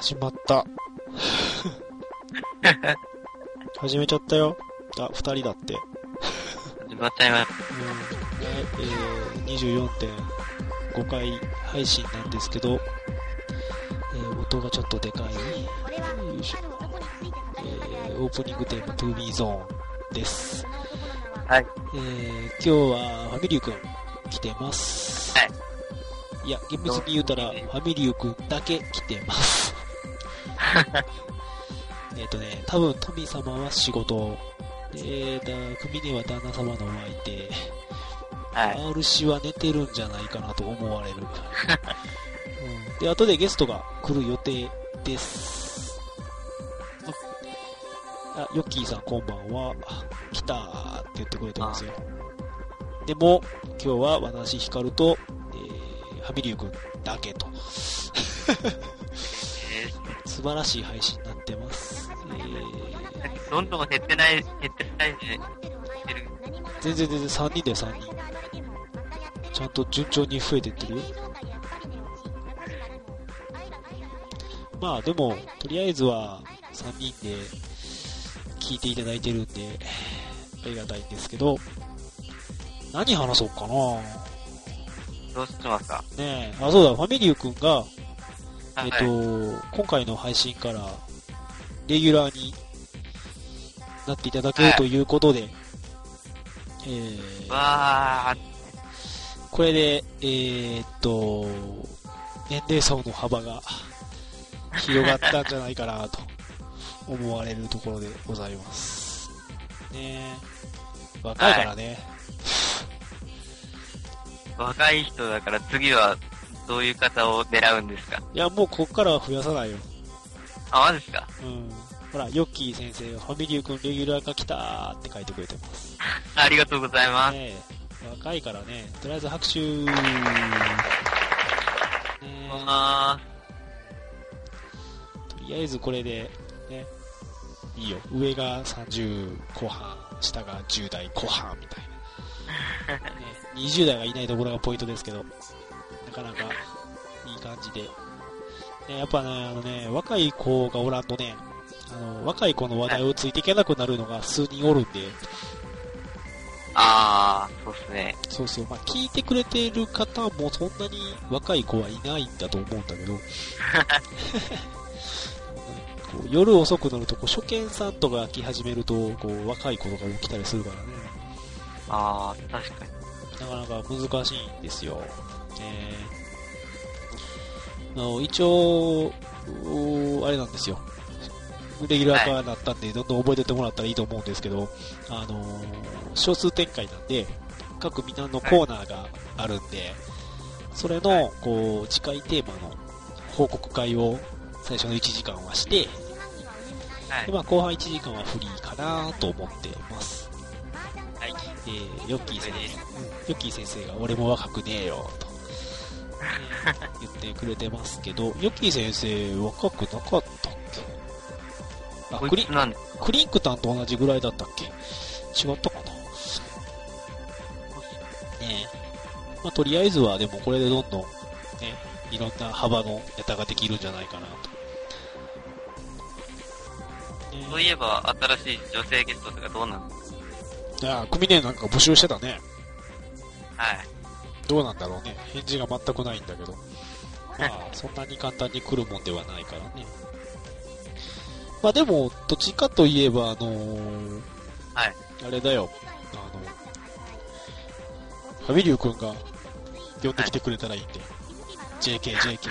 しまった。 始めちゃったよ。あ、二人だって。うん。始まっちゃいます。ええー、24.5回配信なんですけど、えー音がちょっとでかい、よいしょえーオープニングテーマ To Be Zone です。はい。えー、今日はファミリューくん来てます。。はいいや、厳密に言うたら、ファミリューくんだけ来て ます。えっとね、多分、富様は仕事、で、だ、組では旦那様のお相手、はい。 R 氏は寝てるんじゃないかなと思われる。うん、で、後でゲストが来る予定です。あ、ヨッキーさんこんばんは。来たーって言ってくれてますよ。でも、今日は私、ヒカルと、えー、ハミリュウ君だけと。え素晴らしい配信になってます。えー、ー、どんどん減ってない、減ってないんで、全然全然3人で3人。ちゃんと順調に増えてってるよ。まあでも、とりあえずは3人で聞いていただいてるんで、ありがたいんですけど、何話そうかなどうしますかねえ、あ、そうだ、ファミリュー君が、はえいっ、と、今回の配信から、レギュラーになっていただけるということで、えーわー、これで、えーっと、年齢層の幅が広がったんじゃないかなと思われるところでございます。ねえ若いからね、若い人だから次は、どういう方を狙うんですかい。や、もうこっからは増やさないよ。あ、マジですかうん。ほら、ヨッキー先生がファミリュー君レギュラー化来たーって書いてくれてます。ありがとうございます。ねえ若いからね、とりあえず拍手。ねえわとりあえずこれで、ね、いいよ。上が30後半、下が10代後半みたいな。ね、20代がいないところがポイントですけど、なかなかいい感じで。ね、やっぱね、あのね、若い子がおらんとね、あの、若い子の話題をついていけなくなるのが数人おるんで、ー、あー、そうっすね。そうそう、まあ、聞いてくれてる方もそんなに若い子はいないんだと思うんだけど、こう夜遅くなるとこう、初見さんとか来始めると、こう、若い子とかも来たりするからね、あー、確かに。なかなか難しいんですよ。えーあの一応、おあれなんですよ。レギュラー化になったんで、どんどん覚えてってもらったらいいと思うんですけど、あのー少数展開なんで、各みんなのコーナーがあるんで、それの、こう、次回テーマの報告会を最初の1時間はして、はでい。まあ、後半1時間はフリーかなと思ってます。はい。えー、ヨッキーそ先生れでいいですヨッキー先生が俺も若くねえよと、ね言ってくれてますけど、ヨッキー先生若くなかったっけあこクリいつなんです。クリンクタンと同じぐらいだったっけ違ったかなねえ。まあ、とりあえずはでもこれでどんどんね、いろんな幅のネタができるんじゃないかなと。そうねいえば、新しい女性ゲストとかどうなんですえ、ああ、組ねなんか募集してたね。かはい。どうなんだろうね。返事が全くないんだけど。まあ、そんなに簡単に来るもんではないからね。まあでも、どっちかといえば、あのーはいあれだよ。あの、ファミリュー君が呼んできてくれたらいいんで。JK、JK。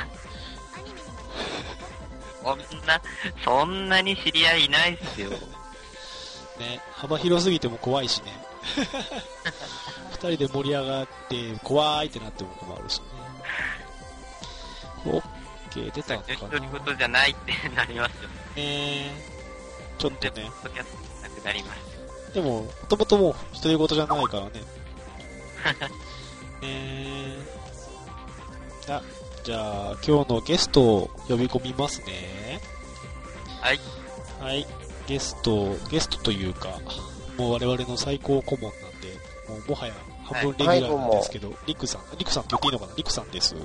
そんな、そんなに知り合いいないっす よ。ね、幅広すぎても怖いしね。二人で盛り上がって、怖いってなっても困るしね。OK、出たの女子か独りな。言じゃないってなりますよ。ねちょっとね。ポッドキャストなくなります。でも、もともともう独り言じゃないからね。えー、あ、じゃあ、今日のゲストを呼び込みますね。はい。はい。ゲスト、ゲストというか、もう我々の最高顧問なんで、もうもはや半分レギュラーなんですけど、リクさん、リクさんって言っていいのかなリクさんです。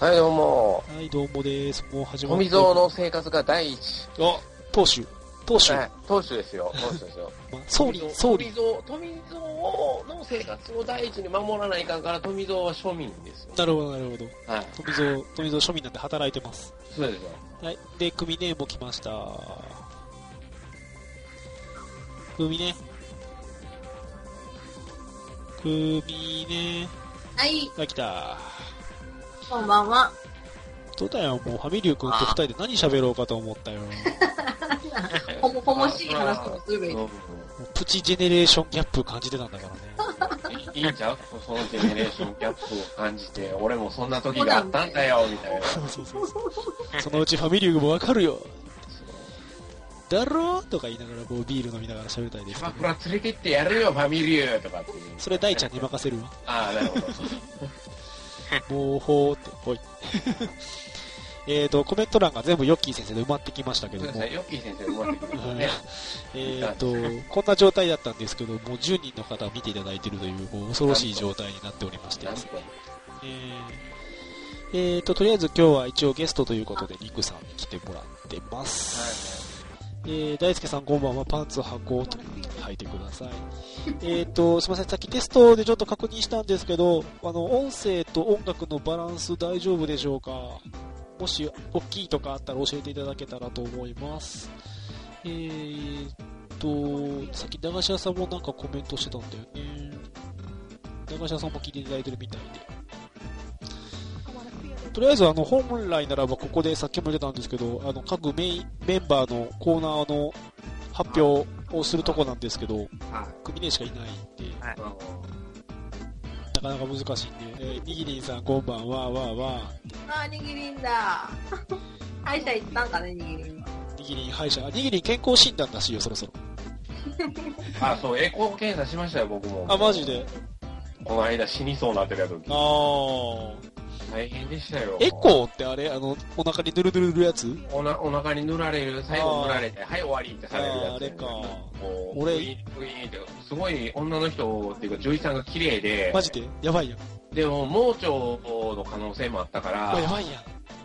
はい、どうも。はい、どうもです。もう始まっ富て。蔵の生活が第一。あ、当主。当主。はい、当主ですよ。当主です よ。まあ総理、総理。富蔵、富蔵の生活を第一に守らないかんから、富蔵は庶民ですよ。なるほど、なるほど。はい。富蔵、富蔵庶民なんて働いてます。そうですよ。はい。で、組ねも来ました。組ね。組ね。はい、あ、来た。こんばんは。どうだよ、もうファミリュー君と二人で何喋ろうかと思ったよ。もほもほもしい話とかすればいい。うプチジェネレーションギャップ感じてたんだからね。 いいんちゃうそのジェネレーションギャップを感じて、俺もそんな時があったんだよ、みたいな。そうそうそうそう。そのうちファミリューもわかるよ。だろーとか言いながらこうビール飲みながら喋りたいでキすャけどバクラ連れてってやるよ、ファミリューとかっていう。それ大ちゃんに任せるわ。ああ、なるほど。もうほーって、ほい。 えーと、コメント欄が全部ヨッキー先生で埋まってきましたけそうどですもね、。ヨッキー先生うまくいくよね。 えーと、こんな状態だったんですけど、もう10人の方見ていただいてるという、こう、恐ろしい状態になっておりましてなでんすねと。えーえーと、とりあえず今日は一応ゲストということで、リクさんに来てもらってます。えー大輔さんこんばんは、パンツを履こうと履いてください。えっと、すいません、さっきテストでちょっと確認したんですけど、あの、音声と音楽のバランス大丈夫でしょうかもし、大きいとかあったら教えていただけたらと思います。えーと、さっき駄菓子屋さんもなんかコメントしてたんだよね。駄菓子屋さんも聞いていただいてるみたいで。とりあえずあの本来ならばここでさっきも言ってたんですけどあの各メインメンバーのコーナーの発表をするとこなんですけどは組ねしかいないんでい。あのなかなか難しいんで、えー、にぎりんさんこんばんはわーわあー、にぎりんだ。 歯医者行ったんかね、にぎりんは。ーにぎりん歯医者あにぎりん健康診断らしいよそろそろあ、そう、エコー検査しましたよ、僕も。あマジでこの間死にそうになってた時あ。あ大変でしたよ。エコーってあれあのお腹にぬるぬるぬるやつおなお腹に塗られる、最後塗られて、はい、終わりってされるやつ、あーあれかこう、俺ウィーンウィーンって、すごい女の人っていうか女医さんが綺麗で、マジでやばいやんでも盲腸の可能性もあったかうわやら、ばいやん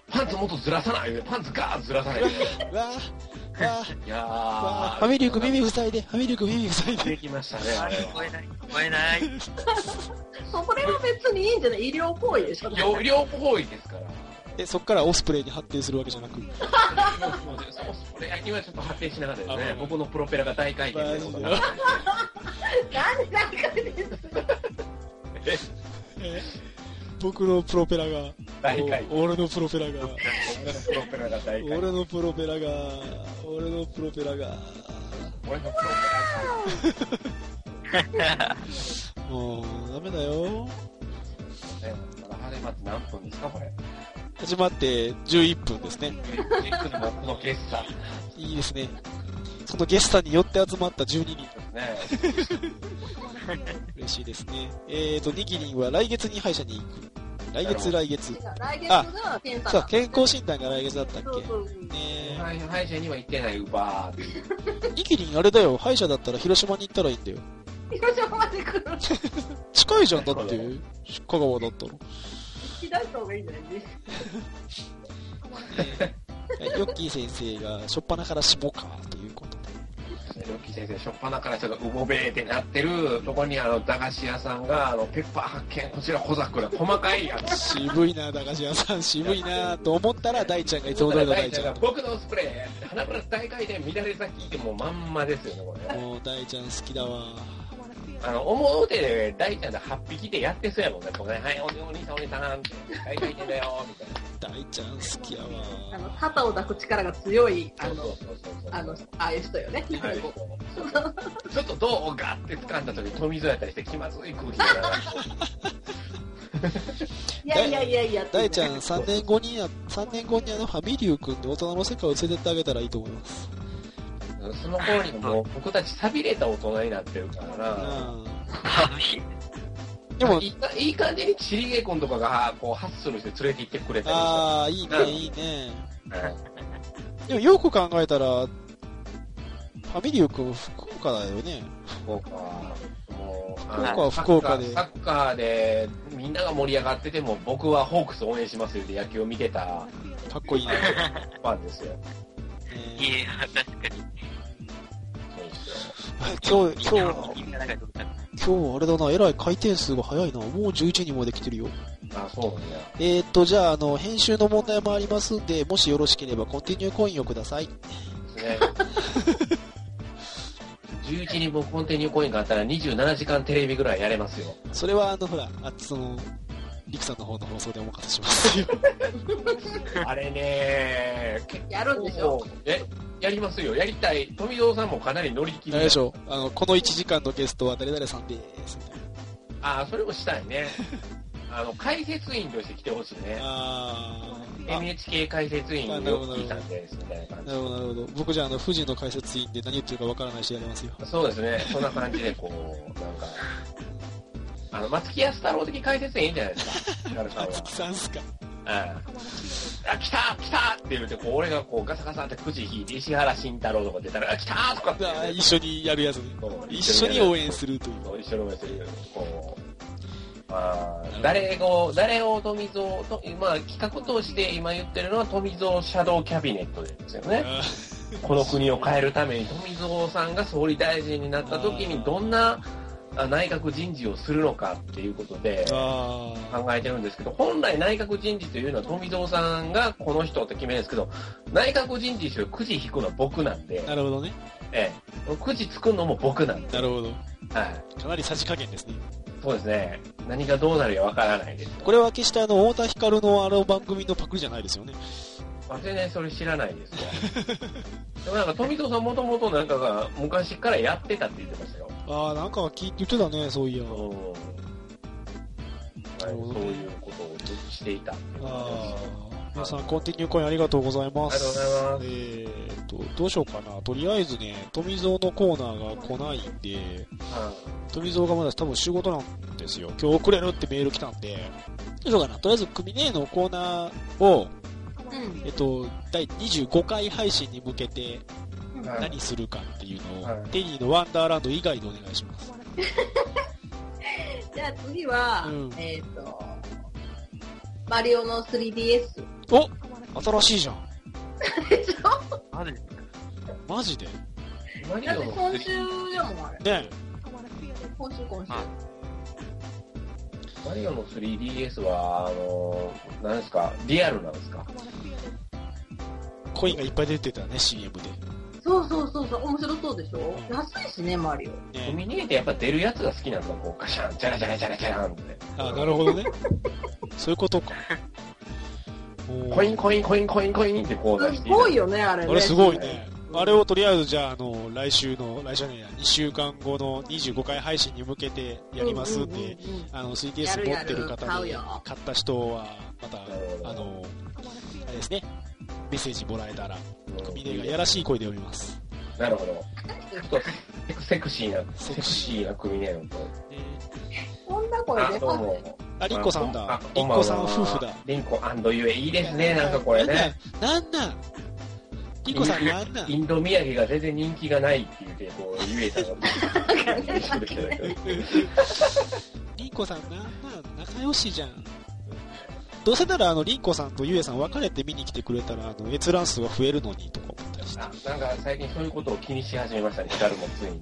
パンツもっとずらさないパンツガーッずらさ ないで。うわーわーいやわー。ーファミリー君耳塞いでファミリー君耳塞いでできましたね、あれ聞こえない、聞こえない。それは別にいいんじゃない医療行為 でしょは。両両方 位ですから。えそっからオスプレイに発展するわけじゃなくそうですそうですこれ、今ちょっと発展しなかったですあね。僕のプロペラが大回転です。マなんなんかです。え僕のプロペラが大回転。お俺のプロペラが僕のプロペラが大回俺転。のプロペラが俺のプロペラが俺のプロペラがもうダメだよねまだ始まって何分ですか、これ。始まって11分ですねジックのこの決算でいいですねそのゲスタによって集まった12人すね。嬉しいですねえーとにぎりんは来月に歯医者に行く来月な来月来月が検査そうだ健康診断が来月だったっそうそうそう。けねはい、歯医者には行ってない、ウバーって。えにぎりんあれだよ歯医者だったら広島に行ったらいいんだよ広島まで来る。近いじゃんだっなてるほ香川だったら引き出した方がいいんじゃないですはいヨッキー先生が初っ端から下かということ で。ロッキー先生、初っ端から人がうぼべーってなってる、そこにあの、駄菓子屋さんが、あの、ペッパー発見、こちら小桜、細かいやつ。渋いな、駄菓子屋さん、渋いなと思ったら大ちゃんがいつも通りの大ちゃん。僕のスプレー、花村大回転、乱れ咲きってもうまんまですよね、これ。もう大ちゃん好きだわ。あの、表で大ちゃんで8匹でやってそうやもんね、これ、ね。はい、お兄さん、お兄さん、大回転だよ、みたいな。大ちゃん好きやわ。か。あの、肩を抱く力が強い、あそうの、そうそうそうあの、ああいう人よね。はい、 ちょっとどうガって掴んだ時に富蔵やったりして気まずい空気だな。いやいやいやいや。大ちゃん3年 後にや、3年後にあのファミリュー君で大人の世界を連れてってあげたらいいと思います。 その頃にもう僕たち寂れた大人になってるからな。う髪んでも、いいかいい感じにチリゲコンとかがこうハッスルして連れて行ってくれたりああ、いいうんね、いいね。した。はいでもよく考えたら、ファミリュー君福岡だよね。そうか。もう、福岡は福岡でサッカーサッカーでみんなが盛り上がってても、僕はホークス応援しますよって野球を見てたかっこいいね。ファンです よ。いや、確かに。そうです今よ日、今み日、んながどうかな今日あれだな、えらい回転数が早いな。もう11人まで来てるよ。あ、そうなんや。えーっと、じゃあ、あの、編集の問題もありますんで、もしよろしければコンティニューコインをください。ね。11人分コンティニューコインがあったら27時間テレビぐらいやれますよ。それは、あの、ほら、あその、リクさんの方の放送でお任せしますよ。あれね結構やるんでしょえ、やりますよ。やりたい。富蔵さんもかなり乗り切あれりでしょあの、この1時間のゲストは誰々さんです。あ、それもしたいね。 あの、解説員として来てほしいね。あー。あ NHK 解説員によく聞いたんです、みたいな感なるほど、なるほど。僕じゃあ、あの、富士の解説員で何言ってるかわからないしやりますよ。じ。そうですね。そんな感じで、こう、なんか、あの、松木安太郎的解説員いいんじゃない ですか。なるさんあはつきさんっすか。ああ、来た来たって言うて、こう俺がこうガサガサってくじ引いて、石原慎太郎とか出たら、あ来たとかってあー一緒にやるやつね。こう一緒に応援る。するという。そう一緒に応援するよ。こうまあ、誰を、誰を富蔵と、まあ企画として今言ってるのは富蔵シャドウキャビネットですよね。あこの国を変えるために富蔵さんが総理大臣になった時にどんなあ内閣人事をするのかっていうことで、ーあー。考えてるんですけど、本来内閣人事というのは富蔵さんがこの人って決めるんですけど、内閣人事してくじ引くのは僕なんで、なるほどね。ええ、くじ作るのも僕なんで、なるほど。はい、かなりさじ加減ですね。そうですね。何がどうなるかわからないです。これは決してあの、太田光のあの番組のパクリじゃないですよね。まあ全然それ知らないですわ。 でもなんか富蔵さんもともとなんかが昔からやってたって言ってましたよ。ああ、なんか聞い言ってたね、そういや。うんはい、そういうことをしていたっていうことですああ。皆さん、コンティニューコインありがとうございます。ありえーっと、どうしようかな。とりあえずね、富蔵のコーナーが来ないんで、はい富蔵がまだ多分仕事なんですよ。今日遅れるってメール来たんで、どうしようかな。とりあえず、クミネーのコーナーを、うん。えっと、第25回配信に向けてはい何するかっていうのを、はいテニーのワンダーランド以外でお願いします。じゃあ次は、うんえっ、と、マリオの 3DS。お新しいじゃん。でしょマジですかマジで何 だっをて今週やもん、あれ。ね今週今週。はいマリオの 3DS は、あのー、なんですか、リアルなんですかコインがいっぱい出てたね、CM そうそうそうそう、面白そうでしょ、安いしね、マリオ。で。コねミネーってやっぱ出るやつが好きなんだ、こう、ガシャン、チャラチャラチャラチャランって。あ、なるほどね。そういうことか。おーコインコインコインコインコインってこう出しすてごいよ。よね、あれね。あれすごいね。あれをとりあえずじゃあ、あの、来週の、来週じゃねえや、2週間後の25回配信に向けてやりますんで、ううんうんうんあの、や 3DS る持やってるる方買うに、よ買った人は、また、あの、あれですね、メッセージもらえたら、うんミネがやらしい声で読みます。なるほど。ちょっとセクシーな、セクシーなコミネーの声。えこんな声あ、でどうも。ーあ、リンコさんだあ。リこンばはコさん夫婦だ。リンコゆえ、いいですね、なんかこれね。なんなん。なんなんリンコさんなんなんインド土産が全然人気がないって言って、こう、言えたのなんかね嬉しくてきたけどリンコさんなんなん仲良しじゃん。どうせならあの、リンコさんとゆえさん別れて見に来てくれたら、あの、閲覧数は増えるのに、とか思ったりしてあ、なんか最近そういうことを気にし始めましたね、ヒカルもついに。ね、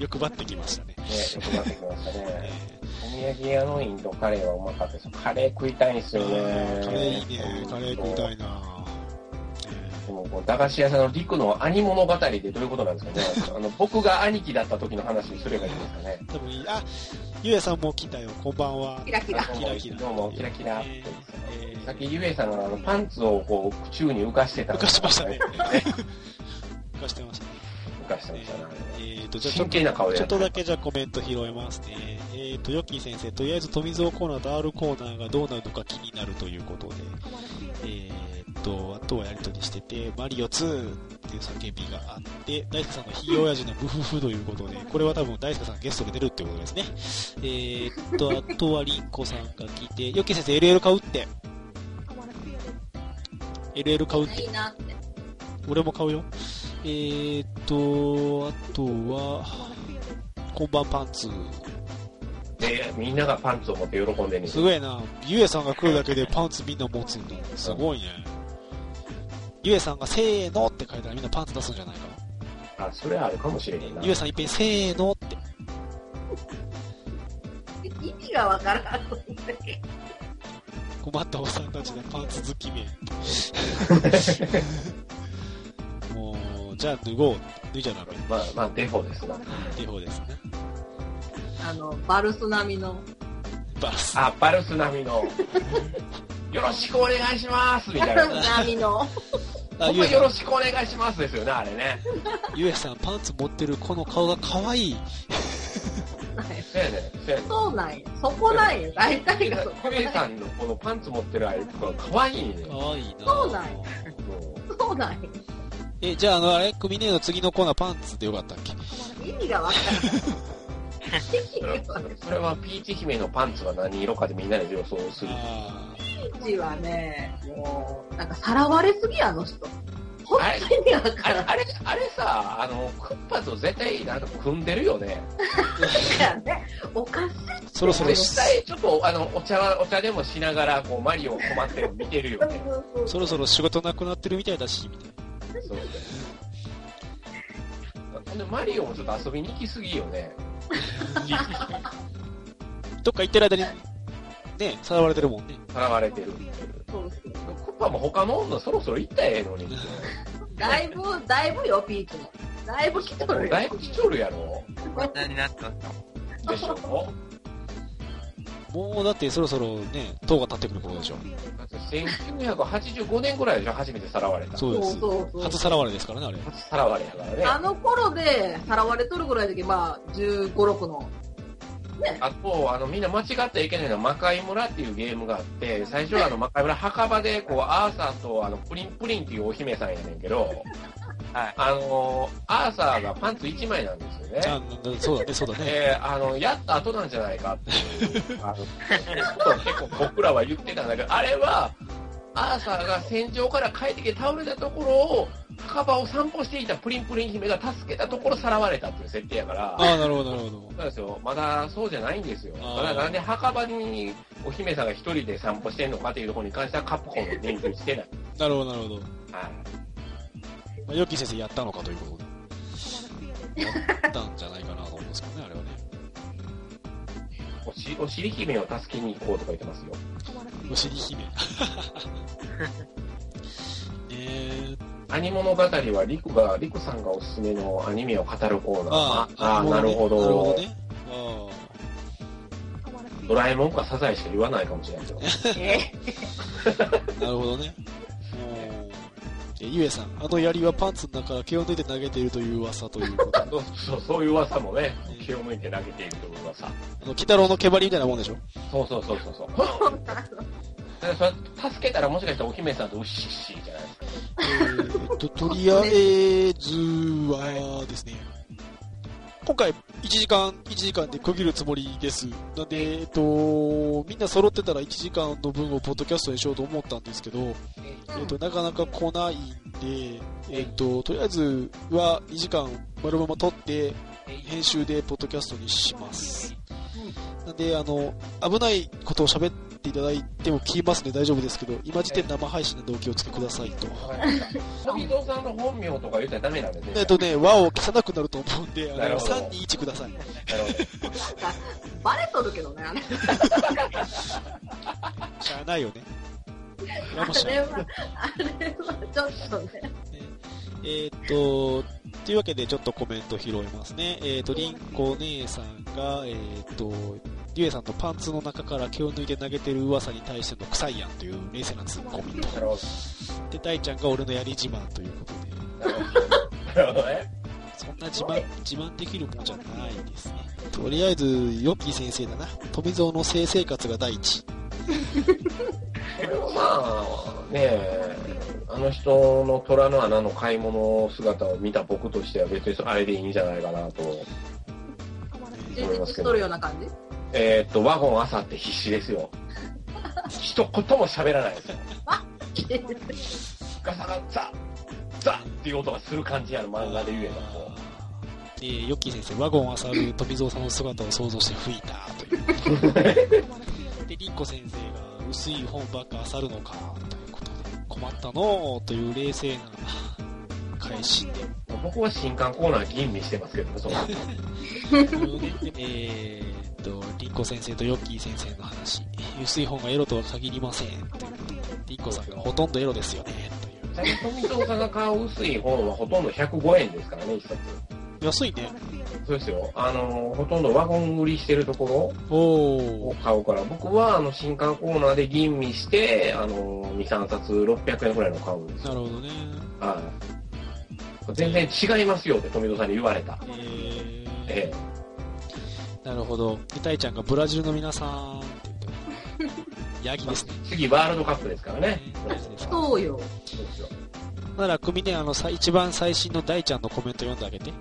欲張ってきましたね。欲張ってきましたねえ。お土産屋のインドカレーはうまかったです。カレー食いたいんですーよね。カレーいいね。カレー食いたい。いなでもこう駄菓子屋さんのリクの兄物語でどういうことなんですかね。あの僕が兄貴だった時の話にすればいいんですかね。多分いい。あ、ゆえさんも来たよ。こんばんはキ。ラキラ。キラキラどうも、キラキラ。えーえーさっきゆえさんがあのパンツをこう宙に浮かしてた。浮かしてましたね。。浮かしてましたね。浮かしてまえしたね。ーえーと、じゃあちょ真っと剣な顔でちやょっるとだけじゃあコメント拾えますね。えー、と、ヨッキー先生、とりあえず富蔵コーナーと R コーナーがどうなるのか気になるということで、えー、と、あとはやりとりしてて、マリオ2っていう叫びがあって、大輔さんのひい親父のブフフということで、これは多分大輔さんゲストで出るってことですね。えー、と、あとはリンコさんが来て、ヨッキー先生 LL 買うって。LL 買うってい。いなって。俺も買うよ。えーっと、あとは、こんばんパンツで、みんながパンツを持って喜んでんねんすごいな。ゆえさんが来るだけでパンツみんな持つんだ。すごいね。ゆえさんがせーのって書いたらみんなパンツ出すんじゃないかあ、それはあるかもしれへんなな。ゆ。えさんいっぺんせーのって。意味がわからん。困ったおっさんたちのパンツ好 きめ。もう、じゃあ脱ごう。脱いじゃダメ。まあ、まあ、デフォですな。っていう方ですね。あの、バルス並みの。バラス。あ、バルス並みの、よろしくお願いしますみバたいルスな。並みの。あ、本ゆえ当にさよんろ、しくお願いしますですよね、あれね。ゆえさん、パンツ持ってる子の顔が可愛い。そうやね、そうやね。そうなんや。そこなんや。大体がそこゆなんえや。さんのこのパンツ持ってるあれとか、かわいいね。可愛いなそうなんやもそうなんや。え、じゃあ、あの、あれ、組ねえの次のコーナーパンツでよかったっけ意味がわからん。適う宜はそれはピーチ姫のパンツは何色かでみんなで予想する。あうちはね、もう、なんかさらわれすぎや、あの人。本当に意味わあかれらん。あれ、あれさ、あの、クッパと絶対なんか組んでるよね。からね、おかしい。ーそろそろ、実際ちょっとあの、お茶は、お茶でもしながら、こう、マリオを困ってるの見てるよね。そろそろ仕事なくなってるみたいだし、みたいな。そうだよ。ほんで、マリオもちょっと遊びに行きすぎよね。どっか行ってる間に、ね、さらわれてるもんね。さらわれてる。そうそうクッパも他の女そろそろ行ったらええのに。だいぶ、だいぶよ、ピーチも。だいぶ来とるよだ。いぶ来ちょるやろ。またになってますでしょもう、だってそろそろね、塔が立ってくる頃でしょ。だって1985年ぐらいでしょ初めてさらわれた。そうです。そうそう初さらわれですからね、あれ。初さらわれやからね。あの頃で、さらわれとるぐらいの時、まあ、15、6の。 あと、あの、みんな間違ってはいけないのは、魔界村っていうゲームがあって、最初はあの、魔界村墓場で、こう、アーサーと、あの、プリンプリンっていうお姫さんやねんけど、はいあの、アーサーがパンツ1枚なんですよじゃね。あ、そうだね、そうだね。えー、あの、やった後なんじゃないかっていう、あの、ことを結構僕らは言ってたんだけど、あれは、アーサーが戦場から帰ってきて倒れたところを、墓場を散歩していたプリンプリン姫が助けたところさらわれたっていう設定やから、ああ、なるほど、なるほど。そうですよ。まだそうじゃないんですよ。あーまだなんで墓場にお姫さんが一人で散歩してんのかというところに関してはカプコンの研究してない。なるほど、なるほど。はい。まあ、ヨッキー先生やったのかということで。やったんじゃないかなと思うんですけどね、あれはね。おし、お尻姫を助けに行こうとか言ってますよ。お尻姫。 ねえ兄物語はリクが、リクさんがおすすめのアニメを語るコーナー。あああ、あー、なるほど。なるほどね。あド ラえもんかサザエしか言わないかもしれないけど。えあ、なるほどね。もうえゆえさん、あの槍はパンツの中から毛を抜いて投げているという噂ということ。あそうそう、そういう噂もね、気を向いて投げているという噂。の、鬼太郎の毛張りみたいなもんでしょそうそうそうそうそう。だからそれ助けたらもしかしたらお姫さんとウッシッシーじゃないですか。えーっと、とりあえずはですね、今回1時間、1時間で区切るつもりです。なんで、えっと、みんな揃ってたら1時間の分をポッドキャストにしようと思ったんですけど、えっと、なかなか来ないんで、えっと、とりあえずは2時間丸まま撮って、編集でポッドキャストにします。なんで、あの、危ないことを喋っていただいても聞きますので大丈夫ですけど、今時点生配信などお気をつけくださいと。わかりました。 富蔵さんの本名とか言ったらダメなんですね。えっとね、和を消さなくなると思うんで、あなの、るほど3、2、1ください。なるほどバレとるけどね、あれ。しゃあないよね。あもし ゃあれは、あれはちょっとね。えーっと、というわけでちょっとコメント拾いますね。えーっと、りんこ姉さんが、えーっと、ゆえさんのパンツの中から毛を抜いて投げてる噂に対しての臭いやんという冷静なツッコミと。なるほで、大ちゃんが俺のやり自慢ということで、ど。なるほど ね。そんな自慢、自慢できるもんじゃないですね。とりあえず、よき先生だな。富蔵の性生活が第一。これはまあ、ねえ、あの人の虎の穴の買い物姿を見た僕としては別にそれあれでいいんじゃないかなと。充実しとるような感じえーっと、ワゴン朝って必死ですよ。一言も喋らないですよ。ガサガサ、ザっていう音がする感じやの漫画で言えばこえーヨッキー先生、ワゴンを漁る富蔵さんの姿を想像して吹いたということで、リンコ先生が薄い本ばっか漁るのかということで、困ったのーという冷静な返しで、僕は新刊コーナー吟味してますけども、そう。これをねえーっと、リンコ先生とヨッキー先生の話、薄い本がエロとは限りませんということで、リンコさんがほとんどエロですよねと最近富蔵さんが買う薄い本はほとんど105円ですからね、一冊。いう。安いね。そうですよ。あの、ほとんどワゴン売りしてるところおをー。買うから、僕はあの新刊コーナーで吟味して、あの、2、3冊600円くらいの買うんですよ。なるほどね。はい。全然違いますよって富蔵さんに言われた。えーえなるほど。で、たいちゃんがブラジルの皆さんって言って、ヤギですねえ。次ワールドカップですか らね。そうよ。そうですよ。なら、組ね、あの、さ一番最新の大ちゃんのコメント読んであげて。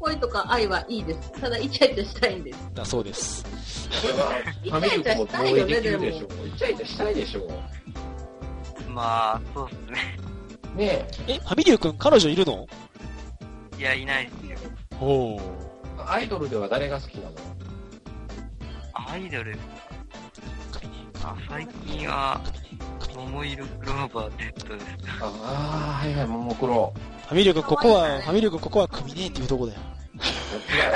恋とか愛はいいです。ただイチャイチャしたいんです。だそうです。これは、ファミリーも同意できるでしょう。イチャイチャしたいでしょう。まあ、そうっすね。ねえ。え、ファミリュー君、彼女いるのいや、いないっすよ。おー。アイドルでは誰が好きなのアイドル、組ね、あ最近は、組ね、組ね。桃色クローバー Z です。ああ、はいはい、ももクロ。ファミリュー君、ここは、ファミリュー君、ここは組ねっていうとこだよ。違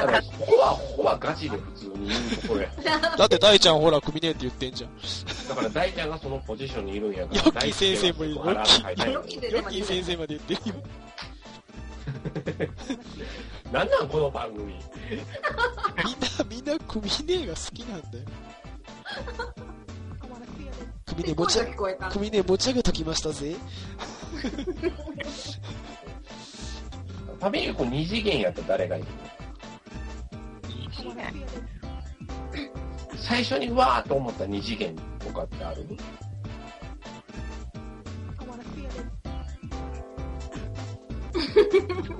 うやろここは、ここはガチで普通に言うところや。だって大ちゃんほら、組ねって言ってんじゃん。だから大ちゃんがそのポジションにいるんやから。ヨッキー先生もいる大ちゃんはそこ腹が入らヨなッいキー先ヨ生ッまキーで言う先生まで言ってるよ。なんなんこの番組。みんな、みんな、組ねが好きなんだよ。組 ね、持ち声上がげ聞、こえた。組ね、持ち上げときましたぜ。ファミリー君二次元やったら誰がいいの一年最初にわーと思った二次元とかってある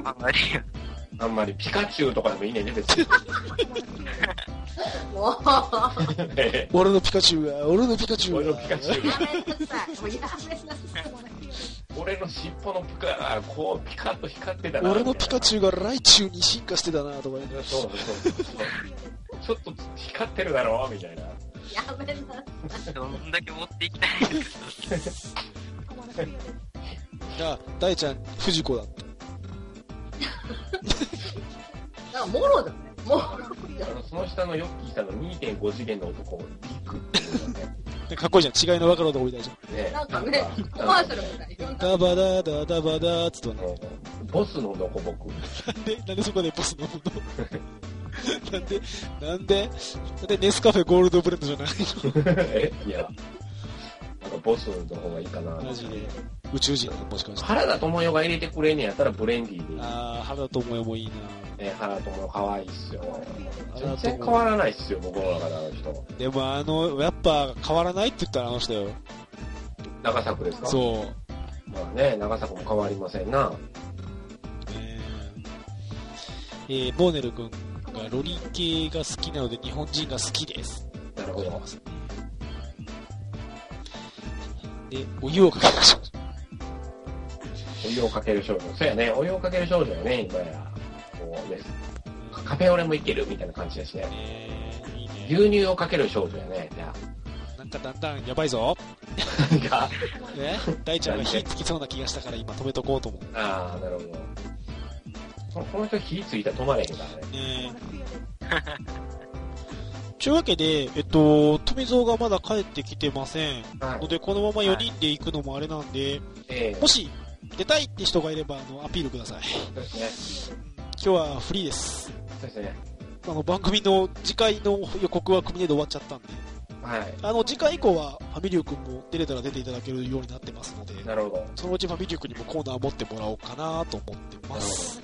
あんまり、あんまりピカチュウとかでもいいねんね、別 に。もう、ええ俺のピカチュウが、俺のピカチュウが。俺のピカチュウ。やめなさい。もうやめなさい。俺の尻尾のピカ、あこうピカッと光ってたな。俺のピカュチュウがライチュウに進化してたなとかね。ウ。そうそうそうそう。ちょっと光ってるだろうみたいな。やめなさい。どんだけ持っていきたいですか。あ、大ちゃん、藤子だって。なんか、もろだね。もろじゃあのその下のヨッキーさんの2.5次元の男、ビッグっていうのがね。かっこいいじゃん。違いの分かる男みたいじゃん。ねん。なんかね、コマーシャルみたいな。ダバダダダバダーっつっあとのボスのロコボク。なん で、なんでそこでボス飲むの なんで、なんで、なんでネスカフェゴールドブレンドじゃないえ いや、なんかボスの方がいいかな。マジで。宇宙人なのもしかして。原田智代が入れてくれんねやったらブレンディーでいい。あー、原田智也もいいなね、原田智代可愛いっすよ。原全田然智変わらないっすよ、僕の中であの人。でもあの、やっぱ変わらないって言ったらあの人よ。長作ですかそう。まあね、長作も変わりませんな。ねえー、ボーネル君がロリ系が好きなので日本人が好きです。なるほど。で、お湯をかけましょう。お湯をかける少女。そうやね、お湯をかける少女やね、今や。こうね、カフェオレもいけるみたいな感じですね。えー、いいね。牛乳をかける少女やね。じゃなんかだんだんやばいぞ。あいや、ね、大ちゃんが火つきそうな気がしたから今止めとこうと思う。ああ、なるほど。ここの人火ついたら止まれへんからね。えーちゅうわけで、えっと、富蔵がまだ帰ってきてません。はのい。で、このまま4人で行くのもあれなんで、ええもし出たいって人がいれば、あの、アピールください。そうですね。そ今日はフリーです。うですね。あの番組の次回の予告は組でで終わっちゃったんで、はい。あの次回以降はファミリュー君も出れたら出ていただけるようになってますので、なるほど。そのうちファミリュー君にもコーナー持ってもらおうかなと思ってます。